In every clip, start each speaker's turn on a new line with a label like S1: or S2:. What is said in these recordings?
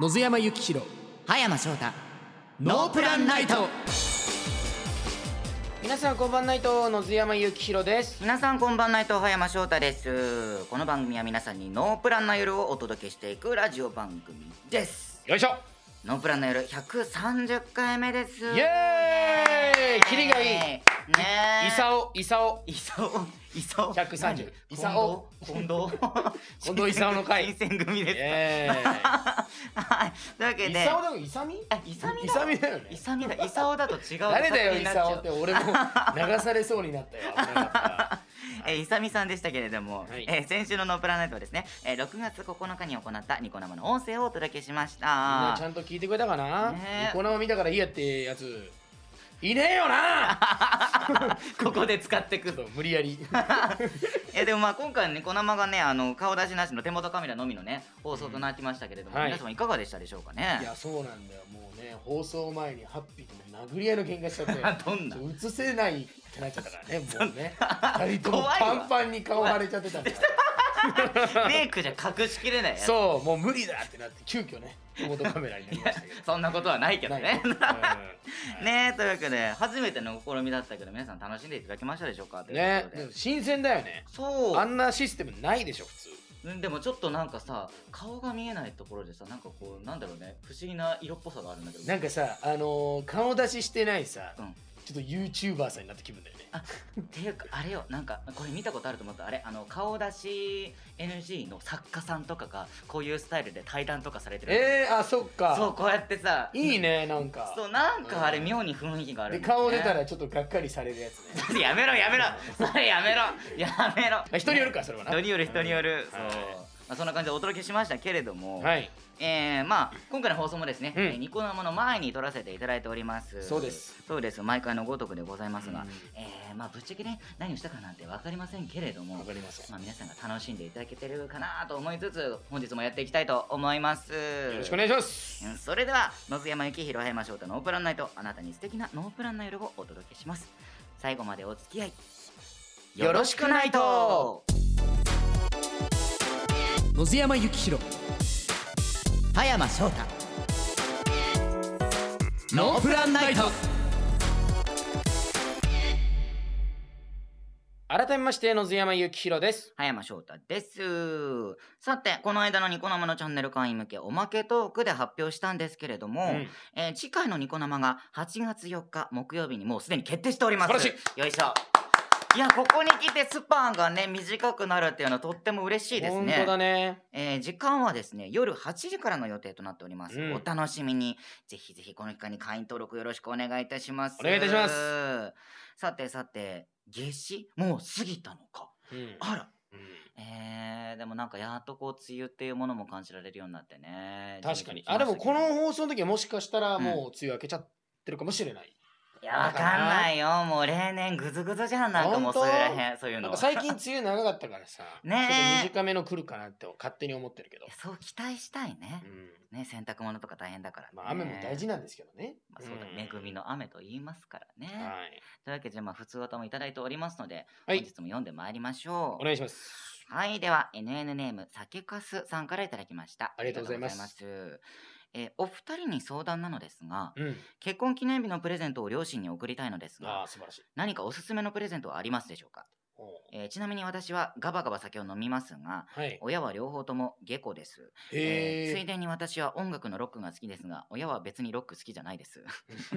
S1: 野津山幸弘
S2: 葉山翔太
S1: ノープランナイト
S3: 皆さんこんばんないと野津山幸宏です
S2: 皆さんこんばんないと葉山翔太ですこの番組は皆さんにノープランな夜をお届けしていくラジオ番組です
S3: よいしょ
S2: ノープランな夜130回目です
S3: イエーイキリがいい
S2: ねえ
S3: イサオイサオ
S2: イサオイサオ
S3: 130
S2: 何
S3: イサオ
S2: 近藤近
S3: 近藤勲の会
S2: 新選組ですか、
S3: え
S2: はいというわけ
S3: ーイ
S2: で
S3: サオだよイサミ
S2: あイサミだ
S3: イサミだよね
S2: イサミだイサオだと違う
S3: 誰だよ
S2: イ
S3: イ
S2: サミにな
S3: サ
S2: ち
S3: オ
S2: ゃう
S3: って 俺も流されそうになったよ危なかっ
S2: えー、イサミさんでしたけれども、
S3: はい
S2: えー先週のノープランナイトはですね、えー6月9日に行ったニコ生の音声をお届けしまし
S3: み
S2: た
S3: んな
S2: た
S3: ちゃんと聞いてくれたかなニ
S2: ね
S3: コ生見たからいいやってやついねえよ な
S2: ここで使ってく
S3: そ
S2: ぞ
S3: う無理やり
S2: えーでもまあ今回ニコ生がねあの顔出しなしの手元カメラのみのね放送となってましたけれども、
S3: はい
S2: 皆様いかがでしたでしょうかね
S3: いやそうなんだよもうね放送前にハッピーとも殴り合いの喧嘩しちゃっ
S2: ど んな
S3: て映せないってなっちゃった からねもうね二人とも
S2: 怖いわ
S3: パンパンに顔腫れちゃってたから
S2: メイクじゃ隠しきれない
S3: そ
S2: そ
S3: うもう無理だってなって急遽ね手元カメラになりましたけ ど
S2: んなことはないけどね
S3: うん
S2: ねえというわけで初めての試みだったけど皆さん楽しんでいただけましたでしょうかという
S3: ね
S2: ことで
S3: でも新鮮だよね
S2: そう
S3: あんなシステムないでしょ普通
S2: うんでもちょっとなんかさ顔が見えないところでさなんかこうなんだろうね不思議な色っぽさがあるんだけど
S3: なんかさあのー顔出ししてないさ
S2: うん
S3: ちょっと YouTuber さんになった気分だよね
S2: っていうかあれよなんかこれ見たことあると思ったあれあの顔出し NG の作家さんとかがこういうスタイルで対談とかされてる、
S3: えーあそっ
S2: そ
S3: か
S2: うこうやってさ
S3: いいねなんか
S2: そうなんかあれ
S3: うん
S2: 妙に雰囲気がある
S3: で
S2: んだよ
S3: 顔
S2: ね
S3: 出 たらちょっとがっかりされるやつね
S2: やめろやめろそれやめろやめろ
S3: あ人によるかそれはな
S2: 人による人による、
S3: うん
S2: そう、
S3: はい
S2: まあ、そんな感じでお届けしましたけれども、
S3: はい
S2: えー、まあ今回の放送もですね、
S3: うん
S2: えーニコ生の前に撮らせていただいております
S3: そうです
S2: そうです毎回のごとくでございますが、
S3: うん
S2: えー、まあぶっちゃけね何をしたかなんて分かりませんけれども
S3: わかりません
S2: まあ皆さんが楽しんでいただけてるかなと思いつつ本日もやっていきたいと思いますよ
S3: よろしくお願いします
S2: うんそれでは野津山幸弘葉山翔太ノープランナイトあなたに素敵なノープランな夜をお届けします最後までお付き合い
S3: よろしくないと
S1: 野津山幸弘
S2: 葉山翔太
S1: ノープランナイト
S3: 改めまして野津山幸宏です
S2: 葉山翔太ですさてこの間のニコ生のチャンネル会員向けおまけトークで発表したんですけれども、
S3: うん
S2: えー次回のニコ生が8月4日木曜日にもうすでに決定しております
S3: 素晴らし
S2: よいしょいやここに来てスパンがね短くなるっていうのはとっても嬉しいです
S3: 本
S2: ね
S3: 当だね
S2: えー時間はですね夜8時からの予定となっております、
S3: うん
S2: お楽しみにぜひぜひこの期間に会員登録よろしくお願いいたします
S3: お願いいたします
S2: さてさて夏至もう過ぎたのか
S3: うん
S2: あら
S3: うん
S2: えー、でもなんかやっとこう梅雨っていうものも感じられるようになってね
S3: 確かに
S2: じ
S3: あ
S2: めじ
S3: で
S2: め
S3: も
S2: してきま
S3: こ
S2: し
S3: の
S2: た
S3: 放送の
S2: けど
S3: 時はもしかしたらもう梅雨明けちゃってるかもしれない、
S2: いやわかんないよもう例年グズグズじゃんなんかもうそういうらへんそういう
S3: な
S2: の
S3: んか最近梅雨長かったからさ
S2: ねえ
S3: ちょっと短めの来るかなって勝手に思ってるけど
S2: いや、そう期待したいね
S3: う、ん
S2: ね洗濯物とか大変だから、ね、
S3: まあ、雨も大事なんですけどね、
S2: まあ、そうだ、
S3: ん
S2: 恵みの雨と言いますからね、
S3: はい
S2: というわけで、まあ、普通歌もいただいておりますので、
S3: はい
S2: 本日も読んでまいりましょ
S3: お
S2: う。
S3: 願いします
S2: はい、では、NN ネーム、酒かすさんからいただきました。
S3: ありがとうございます
S2: ありがとうございます。えーお二人に相談なのですが、
S3: うん
S2: 結婚記念日のプレゼントを両親に贈りたいのです
S3: あ
S2: が、
S3: あ素晴らしい
S2: 何かおすすめのプレゼントはありますでしょうか、
S3: おう
S2: えーちなみに私はガバガバ酒を飲みますが、
S3: はい
S2: 親は両方とも下戸です、えーつい
S3: へえ
S2: でに私は音楽のロックが好きですが、親は別にロック好きじゃないです。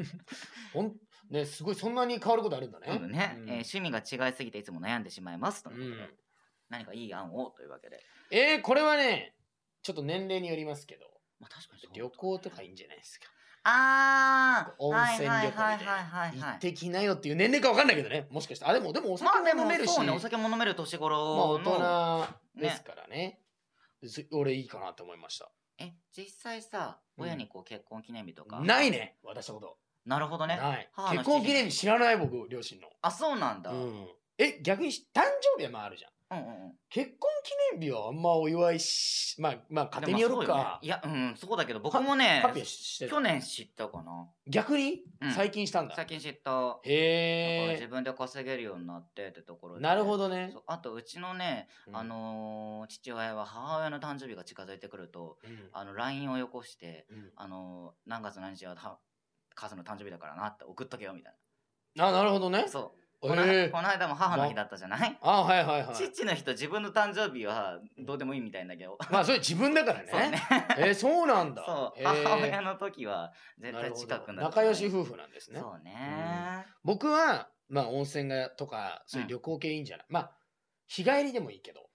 S3: ほんねすごいそんなに変わることあるんだね
S2: 多分ね、
S3: うん
S2: えー趣味が違いすぎていつも悩んでしまいますとのことで、
S3: うん
S2: 何かいい案をというわけで、
S3: えー、これはねちょっと年齢によりますけど
S2: まあ、確かにそう
S3: 旅行とかいいんじゃないですか
S2: ああ
S3: 温泉旅行みた
S2: はい
S3: い
S2: はいはいはい
S3: な
S2: は
S3: 行っ
S2: い
S3: てきなよっていう年齢かわかんないけどねもしかしたらあでもでもお
S2: まあ
S3: 酒
S2: で
S3: も
S2: も
S3: 飲めるし、
S2: そうねお酒も飲める年頃
S3: まあ
S2: の、
S3: 大人ですからね。ず俺いいかなと思いました。
S2: え実際さ
S3: うん
S2: 親にこう結婚記念日とか、
S3: ないね、私のこと。
S2: なるほどね
S3: ない
S2: 母の。日
S3: 結婚記念日知らない僕、両親の。
S2: あそうなんだ、
S3: うんえ、逆に誕生日はまああるじゃん。
S2: ううんうんうん
S3: 結婚記念日はあんまお祝いし、まあ、まあ、勝手による
S2: でも
S3: か。
S2: まあそうよねいやうんそうだけど僕もね
S3: 発表して
S2: 去
S3: た。
S2: 年知ったかな
S3: 逆に
S2: うん
S3: 最近したんだ。
S2: 最近知っただから
S3: へ
S2: 自分で稼げるようになってってところ
S3: え。
S2: で
S3: なるほどね
S2: そ。うあとうちのね、
S3: うん
S2: あ、のー父親は母親の誕生日が近づいてくると
S3: うん
S2: あの LINE をよこして、
S3: うん
S2: あのー何月何日はは母さんの誕生日だからなって送っとけよみたい
S3: あ、なるほどね
S2: な。そう
S3: へ
S2: この,、
S3: え
S2: この間も母の日だったじゃない、
S3: あ、はいはいはい。
S2: 父の人自分の誕生日はどうでもいいみたいんだけど、
S3: まあ、それ自分だから
S2: そう
S3: ね
S2: ね。
S3: えー、そうなんだ。
S2: そう
S3: へー
S2: 母親の時は絶
S3: なる
S2: 対
S3: ほ
S2: 近
S3: ど
S2: くなる
S3: 仲良し
S2: 婦
S3: 夫婦なんですね。
S2: そうね、
S3: 僕は、まあ、温泉がとか、そういう旅行系いいんじゃない、まあ、日帰りでもいいけど、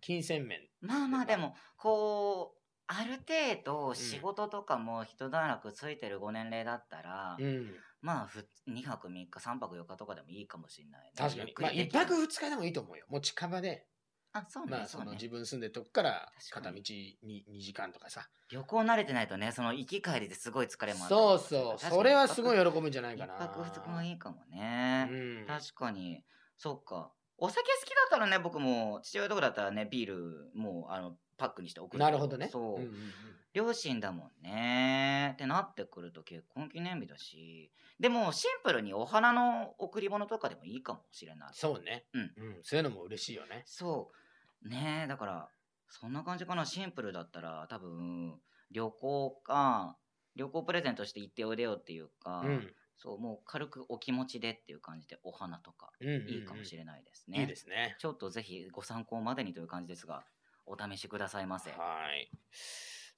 S3: 金銭面。
S2: まあまあでもこうある程度仕事とかも一段落ついてるご年齢だったら、
S3: うん。
S2: まあふ2泊3日3泊4日とかでもいいかもしれないね、
S3: 確か
S2: ゆ
S3: に
S2: っ。く
S3: まあ、
S2: りで
S3: 一
S2: きる
S3: 泊二日でもいいと思うよ。もう近場で、
S2: あそうね、
S3: まあ、
S2: そ
S3: そうの
S2: ね
S3: 自分住んでるとこから
S2: 確
S3: 片
S2: か
S3: 道
S2: に
S3: に2時間とかさ。
S2: 旅行慣れてないとねその行き帰りですごい疲れもある
S3: そうそう。それはすごい
S2: よ
S3: 喜ぶんじゃない
S2: 一
S3: かな。
S2: 泊2日もいいかもね、
S3: うん。
S2: 確かにそっかお酒好きだったらね僕も父親とかだったらねビールもうあのパックにして送るけ
S3: なるほどね。
S2: そ
S3: うん
S2: う、
S3: うんうん
S2: 両親だもんねってなってくると結婚記念日だしでもシンプルにお花の贈り物とかでもいいかもしれない
S3: そうね、
S2: うん
S3: うん。そういうのも嬉しいよね。
S2: そうねえだからそんな感じかなシンプルだったら多分旅行か旅行プレゼントして行っておいでよっていうか、
S3: うん。
S2: そうもう軽くお気持ちでっていう感じでお花とか
S3: うんうんうん
S2: いいかもしれないですね、
S3: いいですね。
S2: ちょっとぜひご参考までにという感じですがお試しくださいませ
S3: はい。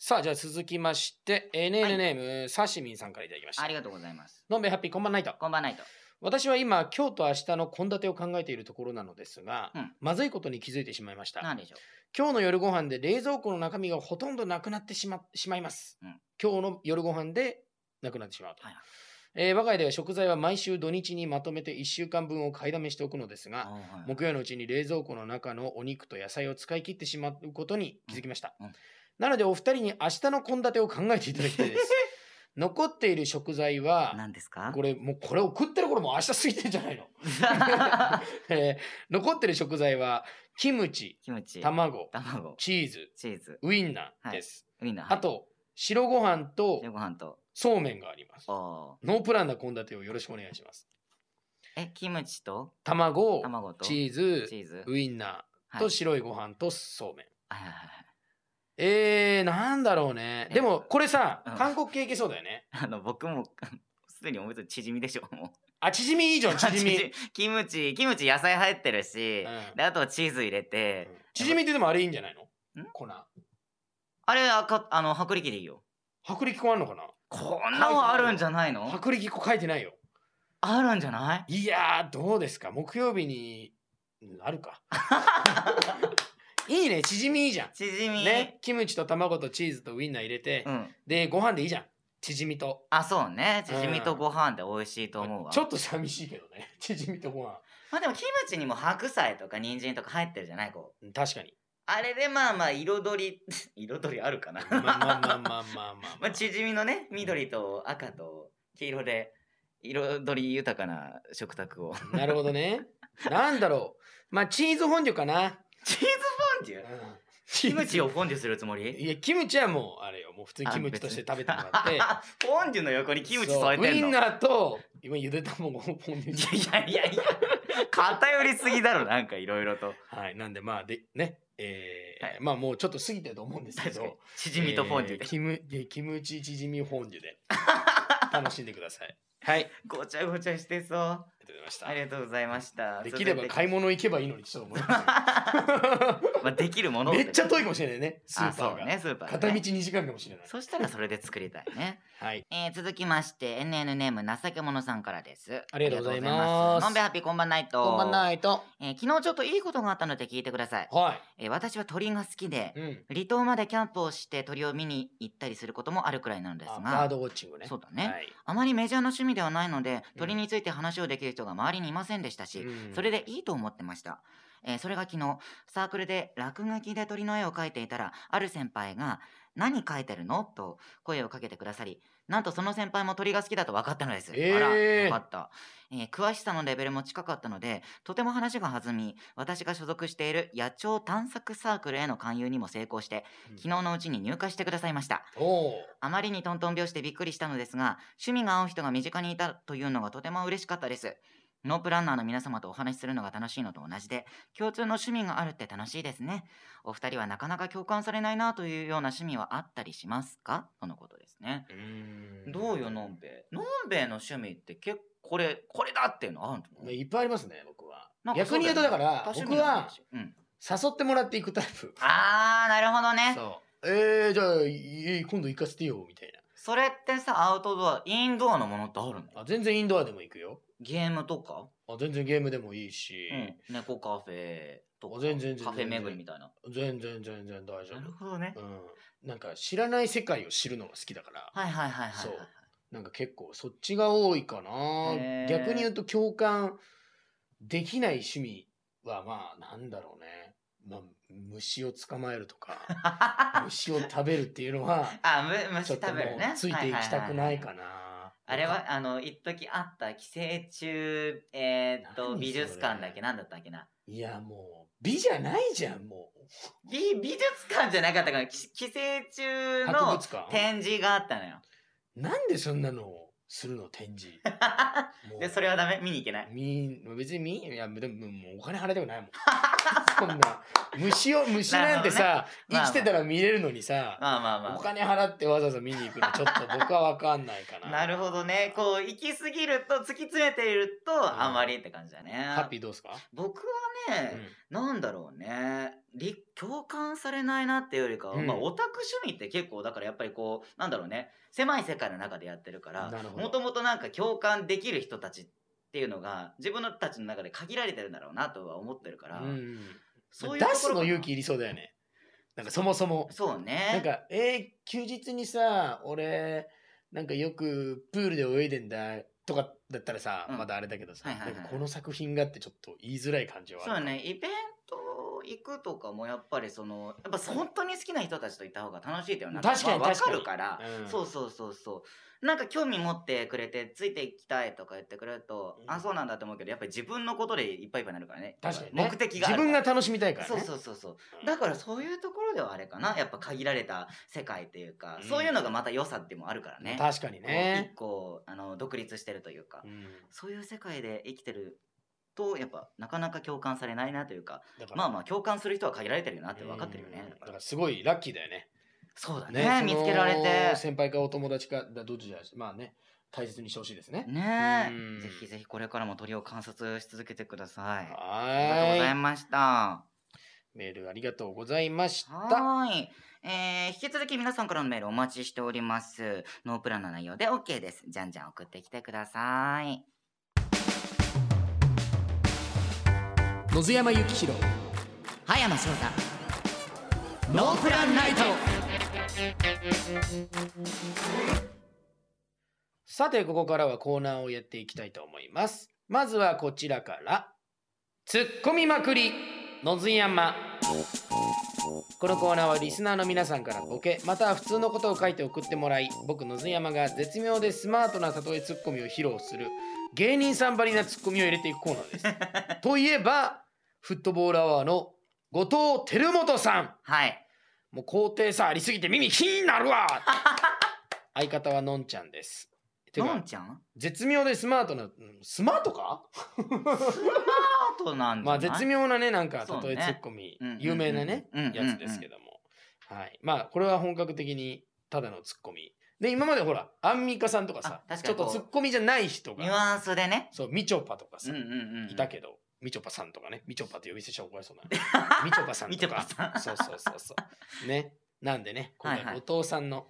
S3: さあ、じゃあ続きまして、NN ネーム、サシミンさんからいただきました。
S2: ありがとうございます
S3: のんべいハッピーこんばんないと。
S2: こんばんないと
S3: 私は今、今日と明日の献立を考えているところなのですが、
S2: うん
S3: まずいことに気づいてしまいました。
S2: 何でしょ
S3: 今日の夜ご飯で冷蔵庫の中身がほとんどなくなってしましまいます、
S2: うん
S3: 今日の夜ご飯でなくなってしまうと。
S2: はいはい
S3: えー我が家では食材は毎週土日にまとめて1週間分を買いだめしておくのです
S2: う
S3: が、
S2: あはい
S3: 木曜のうちに冷蔵庫の中のお肉と野菜を使い切ってしまうことに気づきました、
S2: うんうん
S3: なのでお二人に明日の献立を考えていただきたいです 残っている食材は
S2: 何ですか
S3: これもうこれ送ってる頃もう明日過ぎてんじゃない の、 えー残ってる食材はキムチ
S2: キムチ
S3: 卵
S2: 卵
S3: チーズ
S2: チーズ
S3: ウインナーです、
S2: ウインナーはい
S3: あと白ご飯と
S2: 白ご飯と
S3: そうめんがあります
S2: お
S3: ノープランな献立をよろしくお願いします
S2: ーえキムチと
S3: 卵
S2: 卵と
S3: チーズ
S2: チーズ
S3: ウインナー
S2: は
S3: と
S2: い
S3: 白いご飯とそうめん
S2: はいはいはい
S3: えー、なんだろうね。
S2: え
S3: でも、これさ
S2: うん、
S3: 韓国系いけそうだよね。
S2: あの僕も すでに思いついチヂミでしょも
S3: あ、チヂミいいじゃ、
S2: うん
S3: チヂミ。
S2: キムチキムチ野菜入ってるし、
S3: うん
S2: であとはチーズ入れて、
S3: チヂミってでもあれいいんじゃないの
S2: ん
S3: 粉。
S2: あれあかあの薄力でいいよ
S3: 薄力粉あんのかな
S2: こんなのあるんじゃないの
S3: 薄力粉書いてないよ。
S2: あるんじゃない
S3: いやー、どうですか木曜日に、うんある か。いいね、チヂミいいじゃん。
S2: チヂミ、
S3: ね、キムチと卵とチーズとウインナー入れて、
S2: うん
S3: で、ご飯でいいじゃん。チヂミと。
S2: あそうねチヂミとご飯で美味しいと思うわ、
S3: ちょっと寂しいけどね。 チヂミとご飯。
S2: まあでもキムチにも白菜とか人参とか入ってるじゃないこう
S3: うん確かに。
S2: あれでまあまあ彩り 彩りあるかな
S3: まあまあまあまあまあまあまあ。
S2: まあ、チヂミのね緑と赤と黄色で彩り豊かな食卓 を
S3: なるほどね。なんだろう。まあ、チーズフォンデュかな。
S2: チーズフォンデュキムチをフォンデュするつもり
S3: いや、キムチはもう、あれよ、もう普通にキムチとして食べてもらって。
S2: あ別にフォンデュの横に キムチ添え
S3: そうウ
S2: て
S3: イ
S2: ん
S3: ン
S2: の
S3: ナーと、今、ゆで卵をフォンデュし
S2: いやいやいや偏りすぎだろなんかいろいろと
S3: はい、なんで、まあ、で、ね。えー
S2: はい
S3: まあ、もうちょっと過ぎてると思うんですけ
S2: 確かに
S3: ど。
S2: チヂミとフォンデュ
S3: え
S2: で、
S3: ーキムえーキムチチヂミフォンデュ で。楽しんでください。はい。ありが
S2: ごちゃごちゃしてそう
S3: とうございました
S2: あ。りがとうございました
S3: できれば 買い
S2: 物、
S3: 物行けばいいのにちょっと思い ま
S2: まあ、できるも
S3: す
S2: の
S3: めっちゃ遠いかも
S2: し
S3: しれないね。スーパー
S2: そう
S3: が。
S2: ねスーパー、ね、
S3: 片道2時間かもしれない。
S2: そしたらそれで作りたいね
S3: はい。
S2: えー、続きまして NN ネーム情け者さんからです
S3: ありがとうございます
S2: ありがとうございのんべハッピーこんばんないと
S3: こんばん
S2: い、
S3: ないと。
S2: えー昨日ちょっといいことがあったので聞いてください、
S3: は
S2: えー私は鳥が好きで
S3: い。うん。
S2: 離島までキャンプをして鳥を見に行ったりすることもあるくらいなのです
S3: あ
S2: が
S3: バードウォッチングね。
S2: そうだね、
S3: はい
S2: あまりメジャーな趣味ではないので
S3: うん
S2: 鳥について話をできる人が周りにいませんでしたし、
S3: うん
S2: それでいいと思ってましたえーそれが昨日サークルで落書きで鳥の絵を描いていたらある先輩が「何描いてるの?」と声をかけてくださりなんとその先輩も鳥が好きだと分かったのです、
S3: えー
S2: あらよかった、えー詳しさのレベルも近かったのでとても話が弾み私が所属している野鳥探索サークルへの勧誘にも成功して
S3: うん
S2: 昨日のうちに入会してくださいました
S3: おー
S2: あまりにトントン拍子でびっくりしたのですが、趣味が合う人が身近にいたというのがとても嬉しかったです。ノープランナーの皆様とお話しするのが楽しいのと同じで、共通の趣味があるって楽しいですね。お二人はなかなか共感されないなというような趣味はあったりしますかとのことですね。
S3: うーん
S2: どうよ、のんべえ。のんべえの趣味って結構これ、これだっていうのあるの
S3: いっぱいありますね、僕は。
S2: なんかそ
S3: 逆
S2: う
S3: に
S2: だ
S3: 言
S2: よ
S3: うと、
S2: ね
S3: だから、僕は、
S2: 多趣味な話うん
S3: 誘ってもらっていくタイプ。
S2: あー、なるほどね。
S3: そう。えー、じゃあ、い今度行かせてよ、みたい
S2: それってさ、アウトドア、インドアのものってあるの
S3: な。あ、全然インドアでも行くよ。
S2: ゲームとか
S3: あ、全然ゲームでもいいし、
S2: うん、猫カフェとか
S3: あ全然全然
S2: カフェ巡りみたいな
S3: 全然全然大丈
S2: なるほどね
S3: 夫。うん。なんか、知らない世界を知るのが好きだから、
S2: はいはいはいはいはい
S3: そうなんか結構そっちが多いかな
S2: へ。ー
S3: 逆に言うと共感できない趣味は、まあ、なんだろうね。まあ、虫を捕まえるとか、 虫を食べるっていうのは、
S2: あむ虫
S3: ちょっ
S2: 食
S3: とも
S2: べるね
S3: うついていきたくないか
S2: はははは
S3: な。
S2: あれはあの一時あった寄生虫えー、っと
S3: 何それ
S2: 美術館だっけなんだったっけない
S3: やもう美じゃないじゃんも
S2: 美美術館じゃなかったかなき寄生虫
S3: う博物
S2: の
S3: 館
S2: 展示があったのよ
S3: なんでそんなのをするの展示 もう
S2: でそれはダメ見に行けない
S3: み別にみいやでももうお金払いたくないもん そんな虫を虫なんてさ、
S2: なるほどねまあまあ
S3: 生きてたら見れるのにさ、
S2: まあまあまあ
S3: お金払ってわざわざ見に行くのちょっと僕は分かんないかな
S2: なるほどねこう行き過ぎると突き詰めているとあまりって感じだね、
S3: ハッピーどうですか、
S2: 僕はね、なんだろうねり共感されないなっていうよりかは、
S3: うん
S2: まあオタク趣味って結構だからやっぱりこうなんだろうね狭い世界の中でやってるから
S3: なるほど
S2: もともとなんか共感できる人たちっていうのが自分たちの中で限られてるんだろうなとは思ってるから、
S3: うんうん
S2: そういうと
S3: 出
S2: ころ
S3: すの勇気
S2: か
S3: いりそうだよねなんかそもそも
S2: なそうね
S3: なんか、えー休日にさ、俺、なんかよくプールで泳いでんだとかだったらさ、
S2: うん
S3: まだあれだけどさ、
S2: はいはいはい
S3: なんかこの作品がってちょっと言いづらい感じはある
S2: そうねイベント行くとかもやっぱりそのやっぱ本当に好きな人たちと行った方が楽しいだよな
S3: 確かに
S2: まあわ
S3: 確か
S2: か
S3: に
S2: るから、
S3: うん
S2: そうそうそうそうなんか興味持ってくれてついていきたいとか言ってくれると、
S3: うん
S2: あそうなんだと思うけどやっぱり自分のことでいっぱいいっぱいになるからね
S3: 確かにね。
S2: 目的がある
S3: 自分が楽しみたいからね。
S2: そうそうそうそう
S3: うん
S2: だからそういうところではあれかなやっぱ限られた世界っていうか、
S3: うん
S2: そういうのがまた良さでもあるからね
S3: 確かにね
S2: こう一。個あの独立してるというか、
S3: うん
S2: そういう世界で生きてるとやっぱなかなか共感されないなというか
S3: だから
S2: まあまあ共感する人は限られてるよなって分かってるよ
S3: う
S2: ね
S3: ん。
S2: だ
S3: だ
S2: か
S3: かららすごいラッキーだよね。
S2: そうだね見
S3: その
S2: つけられて。
S3: 先輩かお友達か、だどっちじゃないしまあね、大切にしてほしいですね。
S2: ね
S3: うん
S2: え。ぜひぜひこれからも鳥を観察し続けてください。あ
S3: は
S2: りがとうござ
S3: ー
S2: い
S3: い。
S2: ました。
S3: メールありがとうございました。
S2: はーい。えー、引き続き皆さんからのメールお待ちしております。ノープランの内容で OK です。じゃんじゃん送ってきてください。
S1: 野津山幸弘
S2: 葉山翔太。
S1: ノープランナイト
S3: さて、ここからはコーナーをやっていきたいと思います。まずはこちらから。ツッコミまくり、野津山。このコーナーはリスナーの皆さんからボケ、または普通のことを書いて送ってもらい、僕野津山が絶妙でスマートな例えツッコミを披露する、芸人さんばりなツッコミを入れていくコーナーです。といえば、フットボールアワーの後藤輝元さん。
S2: はい。
S3: もう肯定さありすぎて耳キーンなるわ相方はのんちゃんです。て
S2: のん
S3: か
S2: ちゃん
S3: 絶妙でスマートなうんスマートか
S2: アートなんじ
S3: ま
S2: ゃ
S3: あ
S2: ない
S3: 絶妙なねなんか
S2: そう
S3: 例
S2: ね
S3: えツッコミ、
S2: うんうんうん
S3: 有名なね、
S2: うんうんうん
S3: やつですけども、はい、まあこれは本格的にただのツッコミで今までほらアンミカさんとかさ
S2: あ確
S3: ち
S2: か
S3: ょっ
S2: にことう
S3: ツッコミじゃない人
S2: ニュ
S3: が
S2: アンスでね。
S3: そうみちょぱとかさ、
S2: うんうんうん。
S3: いたけどみちょぱさんとかねみちょぱって呼び捨てしちゃ怒られそうだ なみちょぱさん
S2: み
S3: と
S2: ちょ
S3: か
S2: ぱさん。
S3: そうそうそうそうねなんでね今
S2: はいは
S3: 回
S2: い
S3: お父さんの、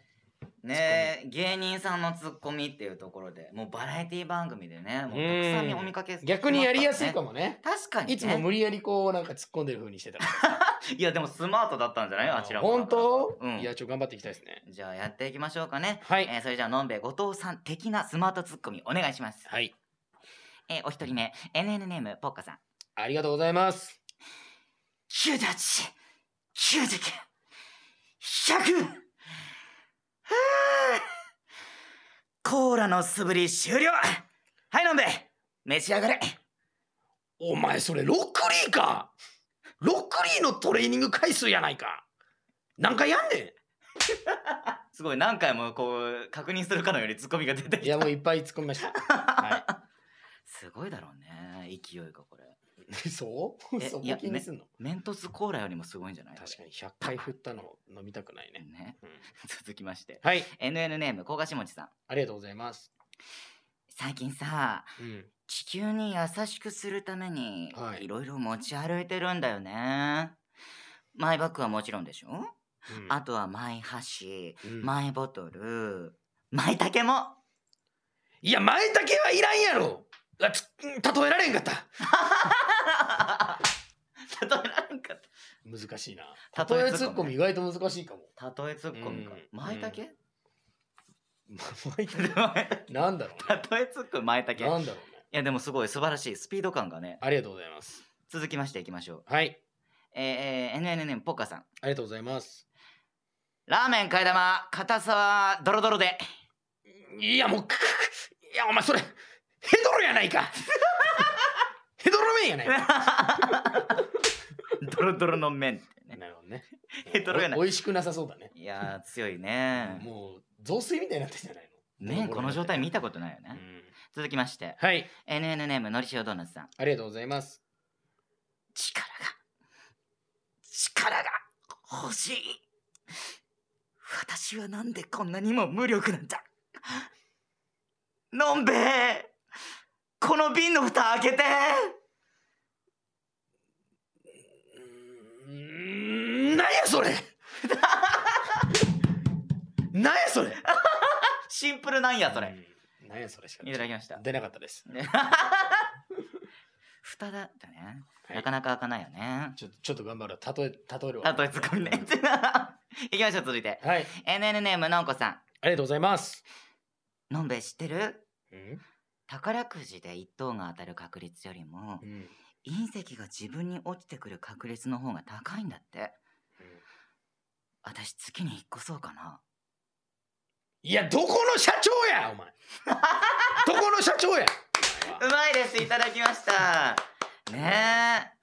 S2: ねえ芸人さんのツッコミっていうところでもうバラエティ番組でねもうたくさん
S3: うん
S2: にお見かけして
S3: 逆にやりやすいか
S2: も
S3: もね。
S2: 確かに、ね、
S3: いつも無理やりこうなんか突っ込んでる風にしてたか
S2: いやでもスマートだったんじゃない
S3: ら。
S2: あちらも
S3: 本当、
S2: うん
S3: いやちょっと頑張っていきたいですね。
S2: じゃあやっていきましょうかね、
S3: はい、
S2: えーそれじゃあのんべえ後藤さん的なスマートツッコミお願いします、
S3: はい
S2: えーお一人目 NN ネームポッカさん
S3: ありがとうございます。
S2: 98、99、100! はあコーラの素振り終了はい、飲んで召し上がれ
S3: お前それロックリーかロックリーのトレーニング回数やないか何回やんね
S2: すごい、何回もこう、確認するかのようにツッコミが出て
S3: んいやもういっぱい突っ込みました は
S2: すごいだろうね、勢いがこれ。
S3: いそう
S2: え
S3: そこ
S2: いや
S3: 気にすんの
S2: メントスコーラよりもすごいんじゃない
S3: 確か
S2: に。
S3: に100回振ったの飲みたくないね、
S2: ね、
S3: うん
S2: 続きまして。
S3: はい
S2: NN ネーム、甲賀下地さん。
S3: ありがとうございます
S2: 最近さ、
S3: うん
S2: 地球に優しくするために
S3: はい
S2: いろいろ持ち歩いてるんだよね、マイバッグはもちろんでしょ、
S3: うん
S2: あとはマイ箸
S3: うん
S2: マイボトルマイタケも
S3: いや前竹はいらんやろあつ例えられんかった
S2: 例えられんかっ
S3: 難しいな
S2: 例
S3: 例
S2: え
S3: え
S2: ツ
S3: ツ
S2: ッ
S3: ッ
S2: コ
S3: コ
S2: ミ
S3: ミ意外と難しいかも
S2: た例えツッコミか
S3: うん
S2: マイタケ
S3: 前
S2: 例
S3: 竹なんだろうね
S2: えツッコミマイタケい
S3: なんだろうね
S2: やでもすごい素晴らしいスピード感がね
S3: ありがとうございます
S2: 続きましていきましょう
S3: はい
S2: えー、えー NNN ポッカさん
S3: ありがとうございます
S2: ラーメン替え玉硬さはドロドロで
S3: いやもうくいやお前それヘドロやない かヘドロ麺やないか
S2: ドロドロの麺
S3: なるほどね
S2: ヘドロやない
S3: おいしくなさそうだね
S2: いやー強いね
S3: もう雑炊みたいになってんじゃないの
S2: 麺この状態見たことないよ
S3: う
S2: ね、
S3: ん
S2: 続きまして
S3: はい
S2: NN ネームのりしおドーナツさん
S3: ありがとうございます
S2: 力が力が欲しい私はなんでこんなにも無力なんだのんべえこの瓶の蓋開けて
S3: うーん何や それ何やそれ
S2: シンプルなんやそれ、
S3: うん何やそれしか
S2: いただきました
S3: 出なかったです
S2: 蓋だったね、
S3: はい
S2: なかなか開かないよね
S3: ちょっとちょっと頑張るわ例え例えるわ
S2: あとツッコミね いきましょう続いて
S3: うんはい
S2: NN ネームのんこさ
S3: ありがとうございます
S2: んのんべえ知ってる
S3: うん
S2: 宝くじで一等が当たる確率よりも
S3: うんうん
S2: 隕石が自分に落ちてくる確率の方が高いんだって私月に引っ越そうかない
S3: やどこの社長やお 前どこの社長やお前は
S2: うまいですいただきましたね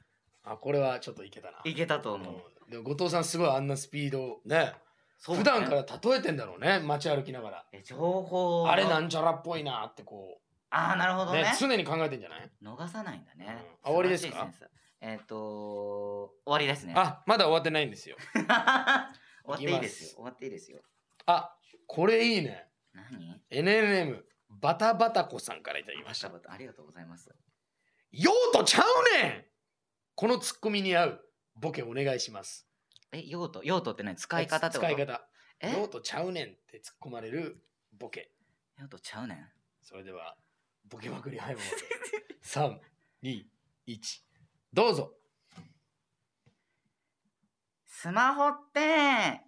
S3: あこれはちょっといけたな
S2: えいけたと思う、
S3: うんでも後藤さんすごいあんなスピードね
S2: そうね
S3: 普段から例えてんだろうね街歩きながら
S2: え情報を
S3: あれなんちゃらっぽいなってこ
S2: ああなるほ
S3: う
S2: どね
S3: 常に考えてんじゃない
S2: 逃さないんだね、
S3: うんあ終わりですか
S2: 素晴らしいセンスえっ、と終わりですね
S3: あまだ終わってないんですよ
S2: 終わっていいです
S3: いきま
S2: よ
S3: す
S2: 終わっていいですよ
S3: あこれいいね
S2: 何
S3: NNM バタバタ子さんからいただきました
S2: バタバタありがとうございます
S3: 用途ちゃうねんこのツッコミに合うボケお願いします
S2: え用途用途ってね使い方ってこと
S3: 使い方
S2: え
S3: 用途ちゃうねんって突っ込まれるボケ
S2: 用途ちゃうねん
S3: それではボケまくりはいも 三二一どうぞ
S2: スマホって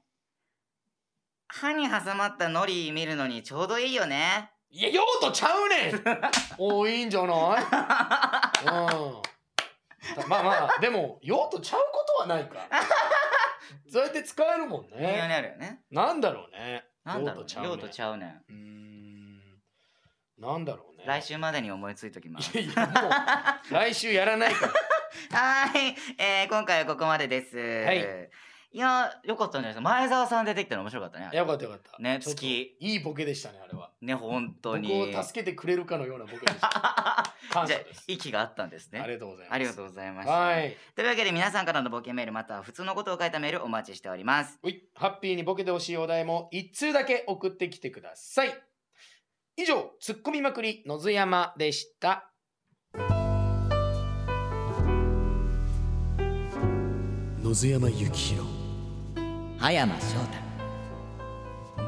S2: 歯に挟まったノリ見るのにちょうどいいよね。
S3: いや用途ちゃうねん おーいいんじゃないうんたまあまあでも用途ちゃうことはないかそうやって使えるもん
S2: 微妙に
S3: ね
S2: あるよね。
S3: なんだろうね
S2: なんだろう、
S3: 用途ち
S2: ね
S3: ゃ、うねん
S2: 用途ちゃうねん。
S3: うーんなんだろうね
S2: 来週までに思いついと きます。
S3: いやいや もう来週やらないから
S2: はーい、えー、今回はここまでです。
S3: はい、
S2: や、よかったんじゃないですか。前澤さん出てきたの面白かったね。
S3: よかったよかった。
S2: ね
S3: ちょっと
S2: 月
S3: いいボケでしたね、あれは。
S2: ね、本当
S3: 僕
S2: に。
S3: を助けてくれるかのようなボケで した。感
S2: じ
S3: 謝
S2: ゃあ
S3: です。
S2: 息があったんです
S3: あ
S2: ね。
S3: りがとうございます。
S2: ありがとうございました。
S3: はい。
S2: というわけで皆さんからの冒険メールまたは普通のことを書いたメールお待ちしております。
S3: ういハッピーにボケてほしいお題も一通だけ送ってきてください。以上、ツッコミまくり野津山でした。
S1: 野津山幸宏
S2: 葉山翔太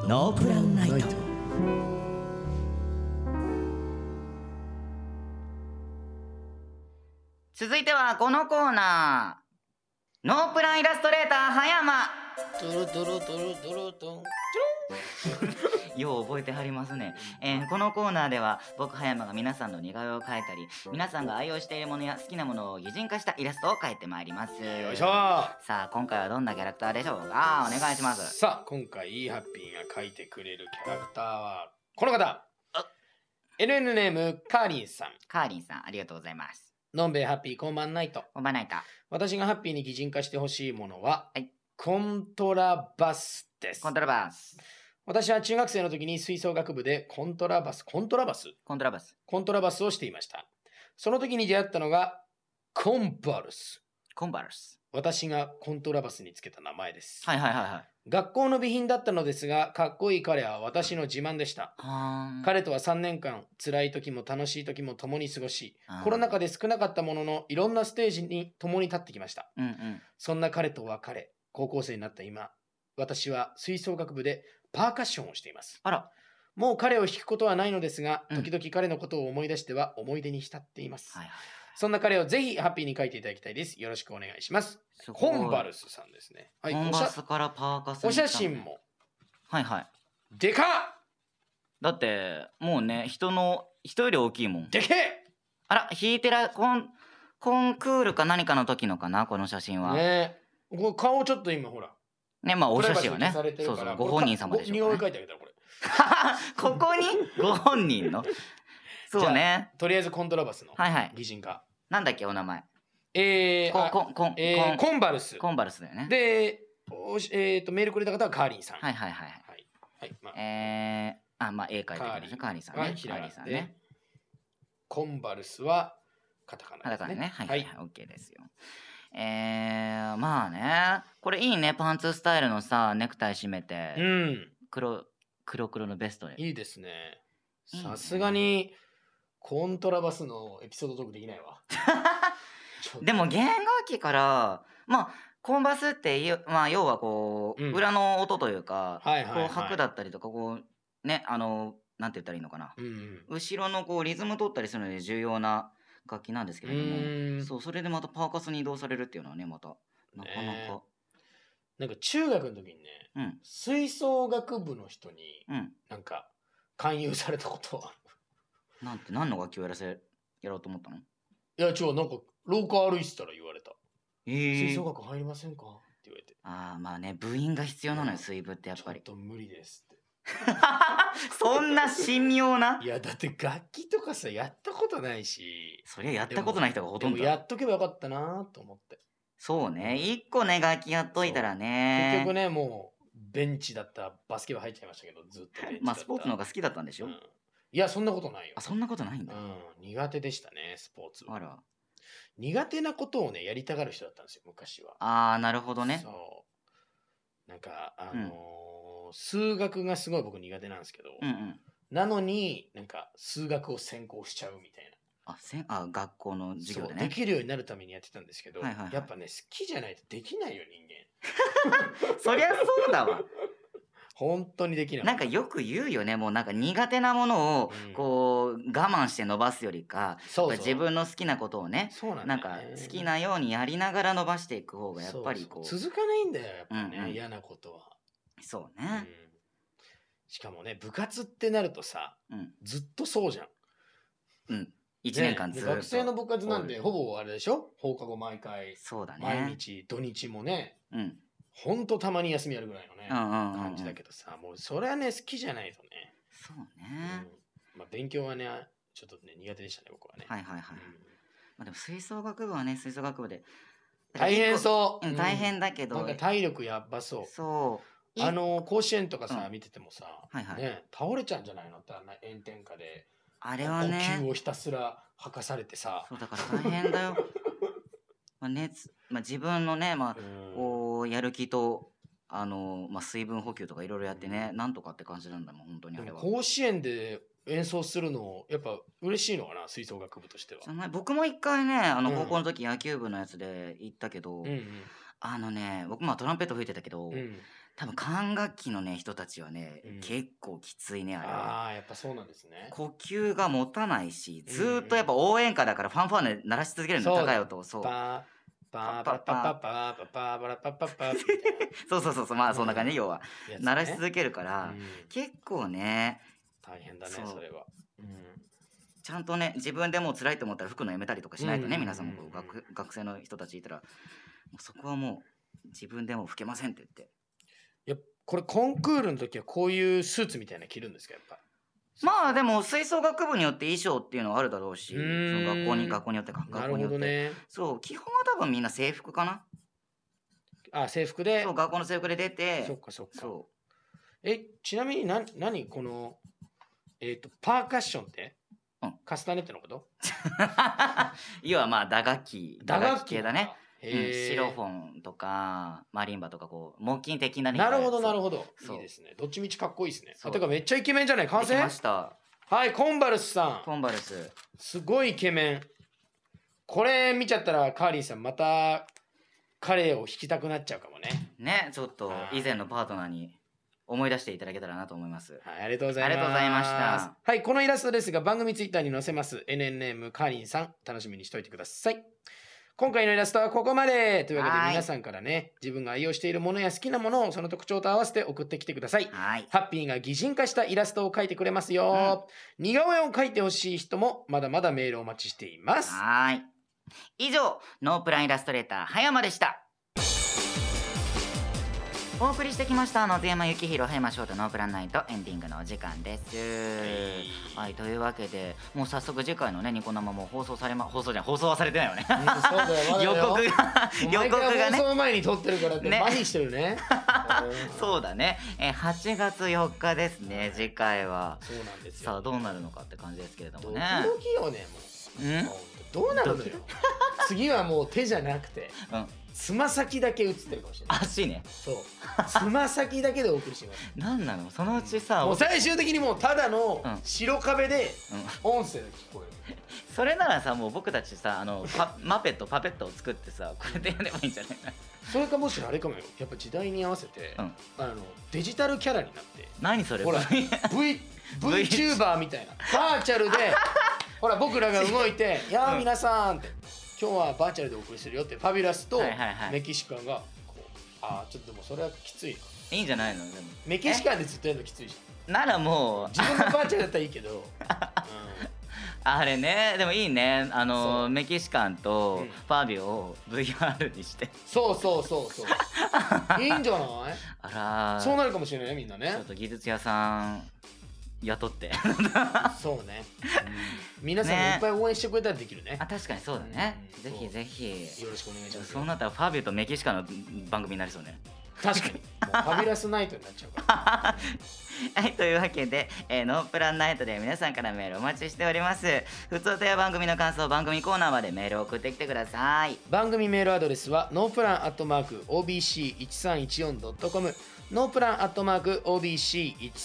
S2: ノープランナイト続いてはこのコーナーノープランイラストレーター葉山
S3: トゥルトゥルトゥルトゥルトゥン。
S2: よう覚えてはりますね、えーこのコーナーでは僕葉山が皆さんの似顔絵を描いたり皆さんが愛用しているものや好きなものを擬人化したイラストを描いてまいります
S3: よいしょさ
S2: さあ今回はどんなキャラクターでしょうかお願いします
S3: さあ今回いいハッピーが書いてくれるキャラクターはこの方 NN ネームカーリンさん
S2: カーリンさんありがとうございます
S3: のんべえハッピーこんばんないと
S2: オバナイタ
S3: 私がハッピーに擬人化してほしいものは、
S2: はい
S3: コントラバスです
S2: コントラバス
S3: 私は中学生の時に吹奏楽部でコントラバスコントラバス
S2: コントラバス
S3: コントラバスをしていましたその時に出会ったのがコンバルス
S2: コンバルス
S3: 私がコントラバスにつけた名前です、
S2: はいはいはいはい
S3: 学校の備品だったのですがかっこいい彼は私の自慢でした
S2: は
S3: 彼とは3年間辛い時も楽しい時も共に過ごし
S2: あー
S3: コロナ禍で少なかったもののいろんなステージに共に立ってきました
S2: ーんうん
S3: そんな彼と別れ高校生になった今私は吹奏楽部でパーカッションをしています
S2: あら
S3: もう彼を弾くことはないのですが
S2: うん
S3: 時々彼のことを思い出しては思い出に浸っています、
S2: はいはい
S3: そんな彼をぜひハッピーに書いていただきたいですよろしくお願いします
S2: すごい
S3: コンバルスさんですねはい
S2: コン
S3: お
S2: バ
S3: 写
S2: スからパーカス
S3: お
S2: に行
S3: 写
S2: ったのね
S3: 真も
S2: はいはい
S3: でかっ
S2: だってもうね人の人より大きいもん
S3: でけえ
S2: あら弾いてらコンコンクールか何かの時のかなこの写真はね
S3: ねえこれ顔ちょっと今ほら
S2: まあお写真はね
S3: プライバシー消されて
S2: そ
S3: る
S2: う
S3: か
S2: そう
S3: ら
S2: ご本人様でしょ
S3: こ
S2: う
S3: れかご似顔絵書
S2: かね、
S3: いてあげたらこれ
S2: ここにご本人のそうね
S3: とりあえずコントラバスの
S2: はいはい
S3: 擬人化、
S2: なんだっけお名前
S3: えー
S2: コン
S3: あ
S2: コンコン、
S3: えー
S2: コン
S3: コンバルス
S2: コンバルスだよね
S3: で、おしえー、とメールくれた方はカーリンさん。
S2: はいはいはいはい
S3: はい。はいまあ
S2: えー、あまあ絵描いてるんでしょカ
S3: カ
S2: ーリーさん
S3: は
S2: ね
S3: い、
S2: カ
S3: ひら
S2: ー
S3: がな
S2: リーさん
S3: で
S2: ね
S3: コンバルスはカタカナ
S2: だ
S3: です
S2: か
S3: ね。
S2: らねはいはいはい OK ですよえー、まあねこれいいねパンツスタイルのさネクタイ締めて
S3: うん、
S2: 黒黒黒のベストで
S3: いいですね。
S2: いいね
S3: さすがにコントラバスのエピソードトークできないわ。 ちょっと
S2: でも弦楽器からまあコンバスっていうまあ要はこう、
S3: うん
S2: 裏の音という
S3: は
S2: か、
S3: いはいはい
S2: こう拍だったりとかこうねあのなんて言ったらいいのかな
S3: うんうん、
S2: 後ろのこうリズム取ったりするので重要な楽器なんですけれど
S3: う
S2: も
S3: ーん
S2: そうそれでまたパーカスに移動されるっていうのはねまたなかなか、
S3: なんか中学の時にね、
S2: うん
S3: 吹奏楽部の人に
S2: うん
S3: なんか勧誘されたことは。
S2: なんて何の楽器をやらせやろうと思ったの
S3: いや違うなんか廊下歩いてたら言われた。
S2: え
S3: 吹奏
S2: ー、
S3: 楽入りませんかって言われて。
S2: ああまあね部員が必要なのよ水部ってやっぱり
S3: ちょっと無理ですって。
S2: そんな神妙ない
S3: やだって楽器とかさやったことないし
S2: そりゃやったことない人がほ
S3: で
S2: とん
S3: も
S2: どだ
S3: やっとけばよかったなと思って、
S2: そうね一個ね楽器やっといたらね
S3: 結局ねもうベンチだったバスケ部入っちゃいましたけどずっとベンチだった
S2: まあスポーツの方が好きだったんでしょ、
S3: うんいやそんなことないよ
S2: あそんなことないんだ、
S3: うん、苦手でしたねスポーツは
S2: あら
S3: 苦手なことをねやりたがる人だったんですよ昔は
S2: あーなるほどね
S3: そうなんかあのー数学がすごい僕苦手なんですけど、
S2: うんうん
S3: なのになんか数学を専攻しちゃうみたいな
S2: あせんあ学校の授業で
S3: そう
S2: ね
S3: できるようになるためにやってたんですけど、
S2: はいはいはい
S3: やっぱね好きじゃないとできないよ人間
S2: そりゃそうだわ
S3: 本当にできない
S2: なんかよく言うよねもうなんか苦手なものを
S3: うん
S2: こう我慢して伸ばすよりか、
S3: そうそう
S2: 自分の好きなことをね
S3: そうなんだ
S2: な
S3: よ
S2: ん
S3: ね
S2: か好きなようにやりながら伸ばしていく方がやっぱりこう
S3: そ
S2: そう
S3: そう続かないんだよやっぱね、
S2: うんうん
S3: 嫌なことは、
S2: ね、
S3: うんしかもね部活ってなるとさ、
S2: うん
S3: ずっとそうじゃん
S2: 1年間ずっ
S3: ね
S2: と、
S3: 学生の部活なんてほぼあれでしょ放課後毎回
S2: そうだね
S3: 毎日土日もね
S2: うん、うん
S3: ほんとたまに休みあるぐらいのね、
S2: うんうんうん
S3: 感じだけどさもうそれはね好きじゃないとね、
S2: そう
S3: うん
S2: ね、
S3: まあ、勉強はねちょっとね苦手でしたね僕はね、
S2: はいはいはい、
S3: うん
S2: まあ、でも吹奏楽部はね吹奏楽部で
S3: 大変そう、
S2: う、ん、大変だけど、
S3: なんか体力やばそう
S2: そうい
S3: あの甲子園とかさ、
S2: うん
S3: 見ててもさ、
S2: はいはい
S3: ね、倒れちゃうんじゃないのってあんな炎天下で
S2: あれは
S3: 呼吸
S2: ね
S3: をひたすら吐かされてさ、
S2: そうだから大 変だよまあ熱、まあ、自分のね、まあ、
S3: うん
S2: こうやる気とあの、まあ、水分補給とかいろいろやってねなんとかって感じなんだもん本当に
S3: で
S2: あれ
S3: も
S2: は
S3: 甲子園で演奏するのやっぱ嬉しいのかな吹奏楽部としては
S2: じゃ。ない僕も一回ねあの
S3: うん
S2: 高校の時野球部のやつで行ったけど、
S3: うんうん
S2: あのね僕まあトランペット吹いてたけど、
S3: うん、
S2: 多分管楽器のね人たちはね、
S3: うん
S2: 結構きついねあれは。
S3: ああやっぱそうなんですね。
S2: 呼吸が持たないし
S3: うん
S2: ずーっとやっぱ応援歌だからファンファンで鳴らし続けるの
S3: そう
S2: 高い音をそう
S3: バパーパラパパパーパパーパラパパパーみたい
S2: そうそうそうそうまあそんな感じ、
S3: うん
S2: 要は
S3: なやつね
S2: 鳴らし続けるか
S3: う
S2: ら、
S3: ん
S2: 結構ね
S3: 大変だね
S2: そう
S3: それは。うん
S2: ちゃんとね自分でもう辛いと思ったら服のやめたりとかしないとね、
S3: うん
S2: 皆さんもこ
S3: うん
S2: う学学生の人たちいたらもうそこはもう自分でも吹けませんって言って
S3: やこれコンクールの時はこういうスーツみたいなの着るんですかやっぱ
S2: まあで
S3: も
S2: も吹奏楽部によって衣装っていうのはあるだろうし
S3: う
S2: そ
S3: ーん
S2: の学校に学校によってか
S3: な
S2: 学
S3: る
S2: 校に
S3: ほ
S2: よって
S3: どね
S2: そう基本は多分みんな制服かな
S3: あ制服で
S2: そう学校の制服で出
S3: そってかそっか
S2: そ
S3: えちなみにな何このえっ、とパーカッションって、
S2: うん
S3: カスタネットのこと
S2: う 要はまあ打楽器打楽器系だね、
S3: 打
S2: うん
S3: 楽器なんへえ
S2: シロフォンとかマリンバとかこう木琴的なね
S3: なるほどなるほ
S2: ほ
S3: ど
S2: そう
S3: いいですねどっちみちかっこいいですね
S2: そ
S3: あ
S2: う
S3: てかめっちゃイケメンじゃない完成
S2: できました
S3: はいコンバルスさん
S2: コンバルス
S3: すごいイケメンこれ見ちゃったらカーリーさんまた彼を弾きたくなっちゃうかもね
S2: ねちょっと
S3: はい
S2: 以前のパートナーに思い出していただけたらなと思います
S3: はい、ありがとうございます。
S2: ありがとうございました
S3: はい、このイラストですが、番組ツイッターに載せます。NNM カーリンさん、楽しみにしておいてください。今回のイラストはここまでというわけで
S2: はーい
S3: 皆さんからね自分が愛用しているものや好きなものをその特徴と合わせて送ってきてください
S2: はい
S3: ハッピーが擬人化したイラストを描いてくれますよ、似顔絵を描いてほしい人もまだまだメールお待ちしています
S2: はーい以上ノープランイラストレーター葉山でしたお送りしてきました野津山幸宏葉山翔太ノープランナイトエンディングのお時間ですはい、というわけでもう早速次回のねニコ生も放送されま放送じゃん放送はされてないよね
S3: うんそうだよまだだ
S2: 予
S3: よ
S2: 告が
S3: もう毎回
S2: 予告がね
S3: 放送前に撮ってるからね
S2: ね
S3: マジしてる ねうん
S2: そうだね、えー8月4日ですね次回は
S3: そうなんですよ
S2: さあどうなるのかって感じですけれど
S3: ド
S2: も
S3: キ
S2: ね
S3: ドキよねもう
S2: うん、うん、
S3: どうなるのよ次はもう手じゃなくてつま先だけ映ってるかもしれない
S2: 足ね
S3: そうつま先だけでお送りします
S2: なんなのそのうちさ、
S3: もう
S2: うん
S3: 最終的にもうただの
S2: うん
S3: 白壁で音声が聞こえる、
S2: それならさもう僕たちさあのパマペットパペットを作ってさこれでやればいいんじゃない
S3: それかもしあれかもよやっぱ時代に合わせて、
S2: うん
S3: あのデジタルキャラになって
S2: 何それ
S3: ほら
S2: V
S3: v VTuber みたいなバーチャルでほら僕らが動いて「いや
S2: う
S3: ー
S2: ん
S3: 皆さん」って「今日はバーチャルでお送りするよ」ってファビュラスと
S2: はいはいはい
S3: メキシカンがこうあーちょっとでもそれはきついない
S2: いんじゃないのでも
S3: メキシカンでずっとやるのきついじ
S2: ならもう
S3: ゃん自分のバーチャルだったらいいけ ど、
S2: あれねでもいいねあ
S3: そう
S2: のメキシカン
S3: う
S2: と
S3: ん
S2: ファビオを VR にして
S3: そうそうそうそういいんじゃない
S2: あらー
S3: そうなるかもしれないみんなね
S2: ちょっと技術屋さん雇って
S3: そうね、皆さんもいっぱい応援してくれたらできるね
S2: あ確かにそうだね
S3: うん
S2: ぜひぜひ
S3: よろしくお願いします
S2: そうなったらファビオとメキシカンの番組になりそうね
S3: 確かにもうファビュラスナイトになっちゃうから
S2: はい、というわけで、えーノープランナイトでは皆さんからメールお待ちしております。普通とや番組の感想、番組コーナーまでメールを送ってきてください。
S3: 番組メールアドレスはノープランアットマーク OBC1314.com ノープランアットマーク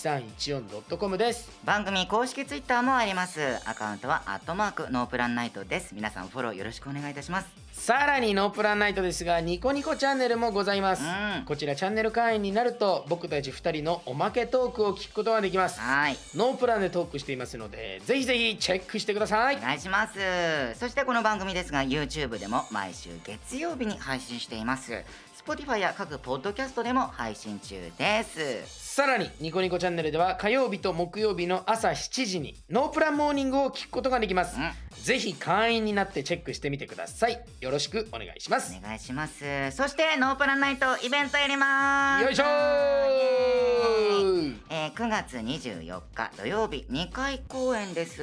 S3: OBC1314.com です
S2: 番組公式ツイッターもあります。アカウントは、アットマーク、ノープランナイトです。皆さんフォローよろしくお願いいたします。
S3: さらにノープランナイトですがニコニコチャンネルもございます、
S2: うん
S3: こちらチャンネル会員になると僕たち2人のおまけトークを聞くことができます
S2: はい。
S3: ノープランでトークしていますのでぜひぜひチェックしてください
S2: お願いしますそしてこの番組ですが YouTube でも毎週月曜日に配信しています Spotify や各ポッドキャストでも配信中です
S3: さらにニコニコチャンネルでは火曜日と木曜日の朝7時にノープランモーニングを聞くことができます
S2: うん
S3: ぜひ会員になってチェックしてみてくださいよろしくお願いします
S2: お願いしますそしてノープランナイトイベントやります
S3: よいしょ
S2: イエーイ
S3: ー
S2: えー9月24日土曜日2回公演です、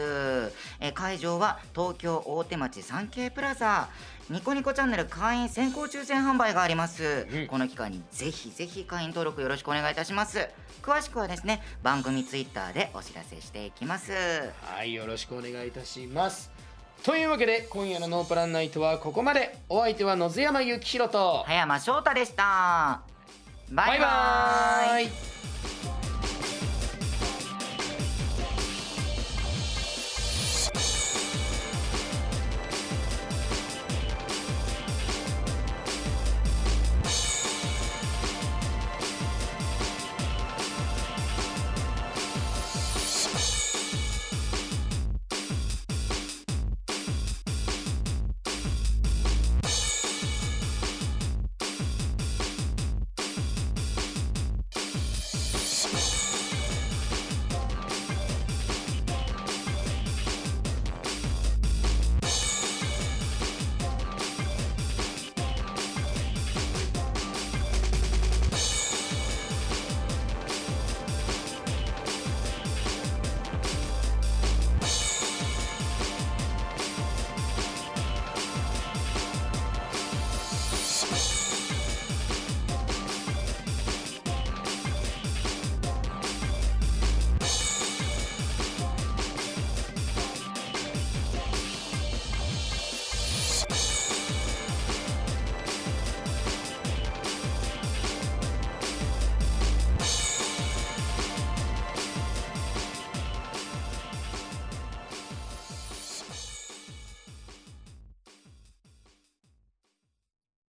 S2: えー会場は東京大手町サンケイプラザニコニコチャンネル会員先行抽選販売があります、
S3: うん
S2: この機会にぜひぜひ会員登録よろしくお願いいたします詳しくはですね番組ツイッターでお知らせしていきます
S3: はいよろしくお願いいたしますというわけで今夜のノープランナイトはここまでお相手は野津山幸宏と、
S2: 葉山翔太でしたバイバ
S3: バイバ
S2: ーイ
S3: ーイ